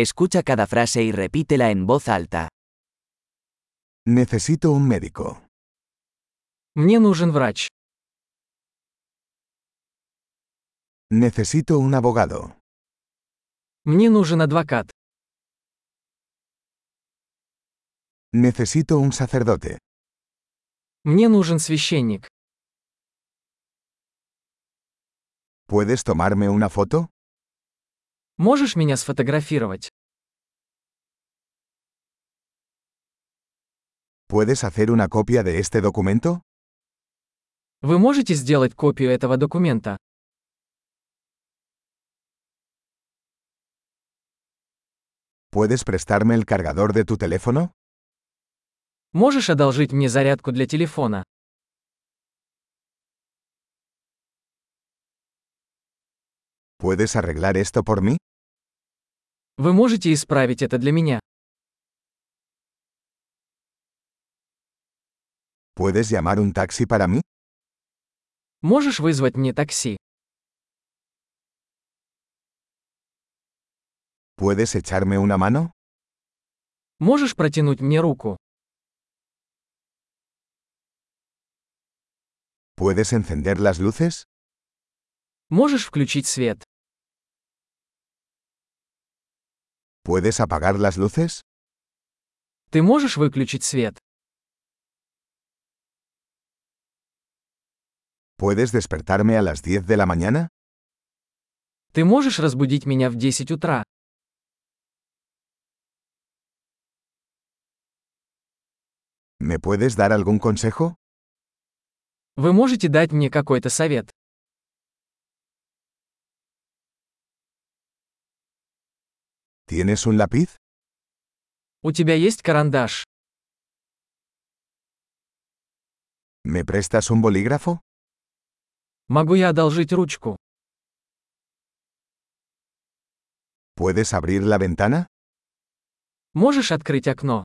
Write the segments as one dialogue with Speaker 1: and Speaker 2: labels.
Speaker 1: Escucha cada frase y repítela en voz alta.
Speaker 2: Necesito un médico.
Speaker 3: Мне нужен врач.
Speaker 2: Necesito un abogado.
Speaker 3: Мне нужен адвокат.
Speaker 2: Necesito un sacerdote.
Speaker 3: Мне нужен священник.
Speaker 2: ¿Puedes tomarme una foto?
Speaker 3: Можешь меня сфотографировать?
Speaker 2: ¿Puedes hacer una copia de este documento?
Speaker 3: Вы можете сделать копию этого документа?
Speaker 2: ¿Puedes prestarme el cargador de tu teléfono?
Speaker 3: Можешь одолжить мне зарядку для телефона?
Speaker 2: ¿Puedes arreglar esto por mí?
Speaker 3: Вы можете исправить это для меня?
Speaker 2: ¿Puedes llamar un taxi para mí?
Speaker 3: Можешь вызвать мне такси?
Speaker 2: ¿Puedes echarme una mano?
Speaker 3: Можешь протянуть мне руку?
Speaker 2: ¿Puedes encender las luces?
Speaker 3: Можешь включить свет?
Speaker 2: ¿Puedes apagar las luces?
Speaker 3: Ты можешь выключить свет?
Speaker 2: ¿Puedes despertarme a las 10 de la mañana?
Speaker 3: Ты можешь разбудить меня в 10 утра?
Speaker 2: ¿Me puedes dar algún consejo?
Speaker 3: Вы можете дать мне какой-то совет?
Speaker 2: ¿Tienes un lápiz?
Speaker 3: У тебя есть карандаш?
Speaker 2: ¿Me prestas un bolígrafo?
Speaker 3: Могу я одолжить ручку?
Speaker 2: ¿Puedes abrir la ventana?
Speaker 3: Можешь открыть окно?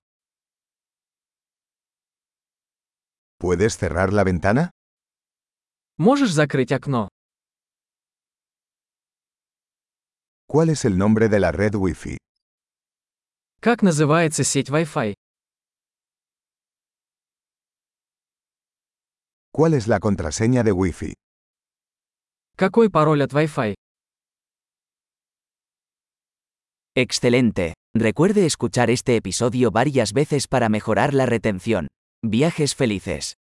Speaker 2: ¿Puedes cerrar la ventana?
Speaker 3: Можешь закрыть окно?
Speaker 2: ¿Cuál es el nombre de la red Wi-Fi?
Speaker 3: Как называется сеть Wi-Fi?
Speaker 2: ¿Cuál es la contraseña de Wi-Fi?
Speaker 3: Какой пароль от Wi-Fi?
Speaker 1: Excelente. Recuerde escuchar este episodio varias veces para mejorar la retención. Viajes felices.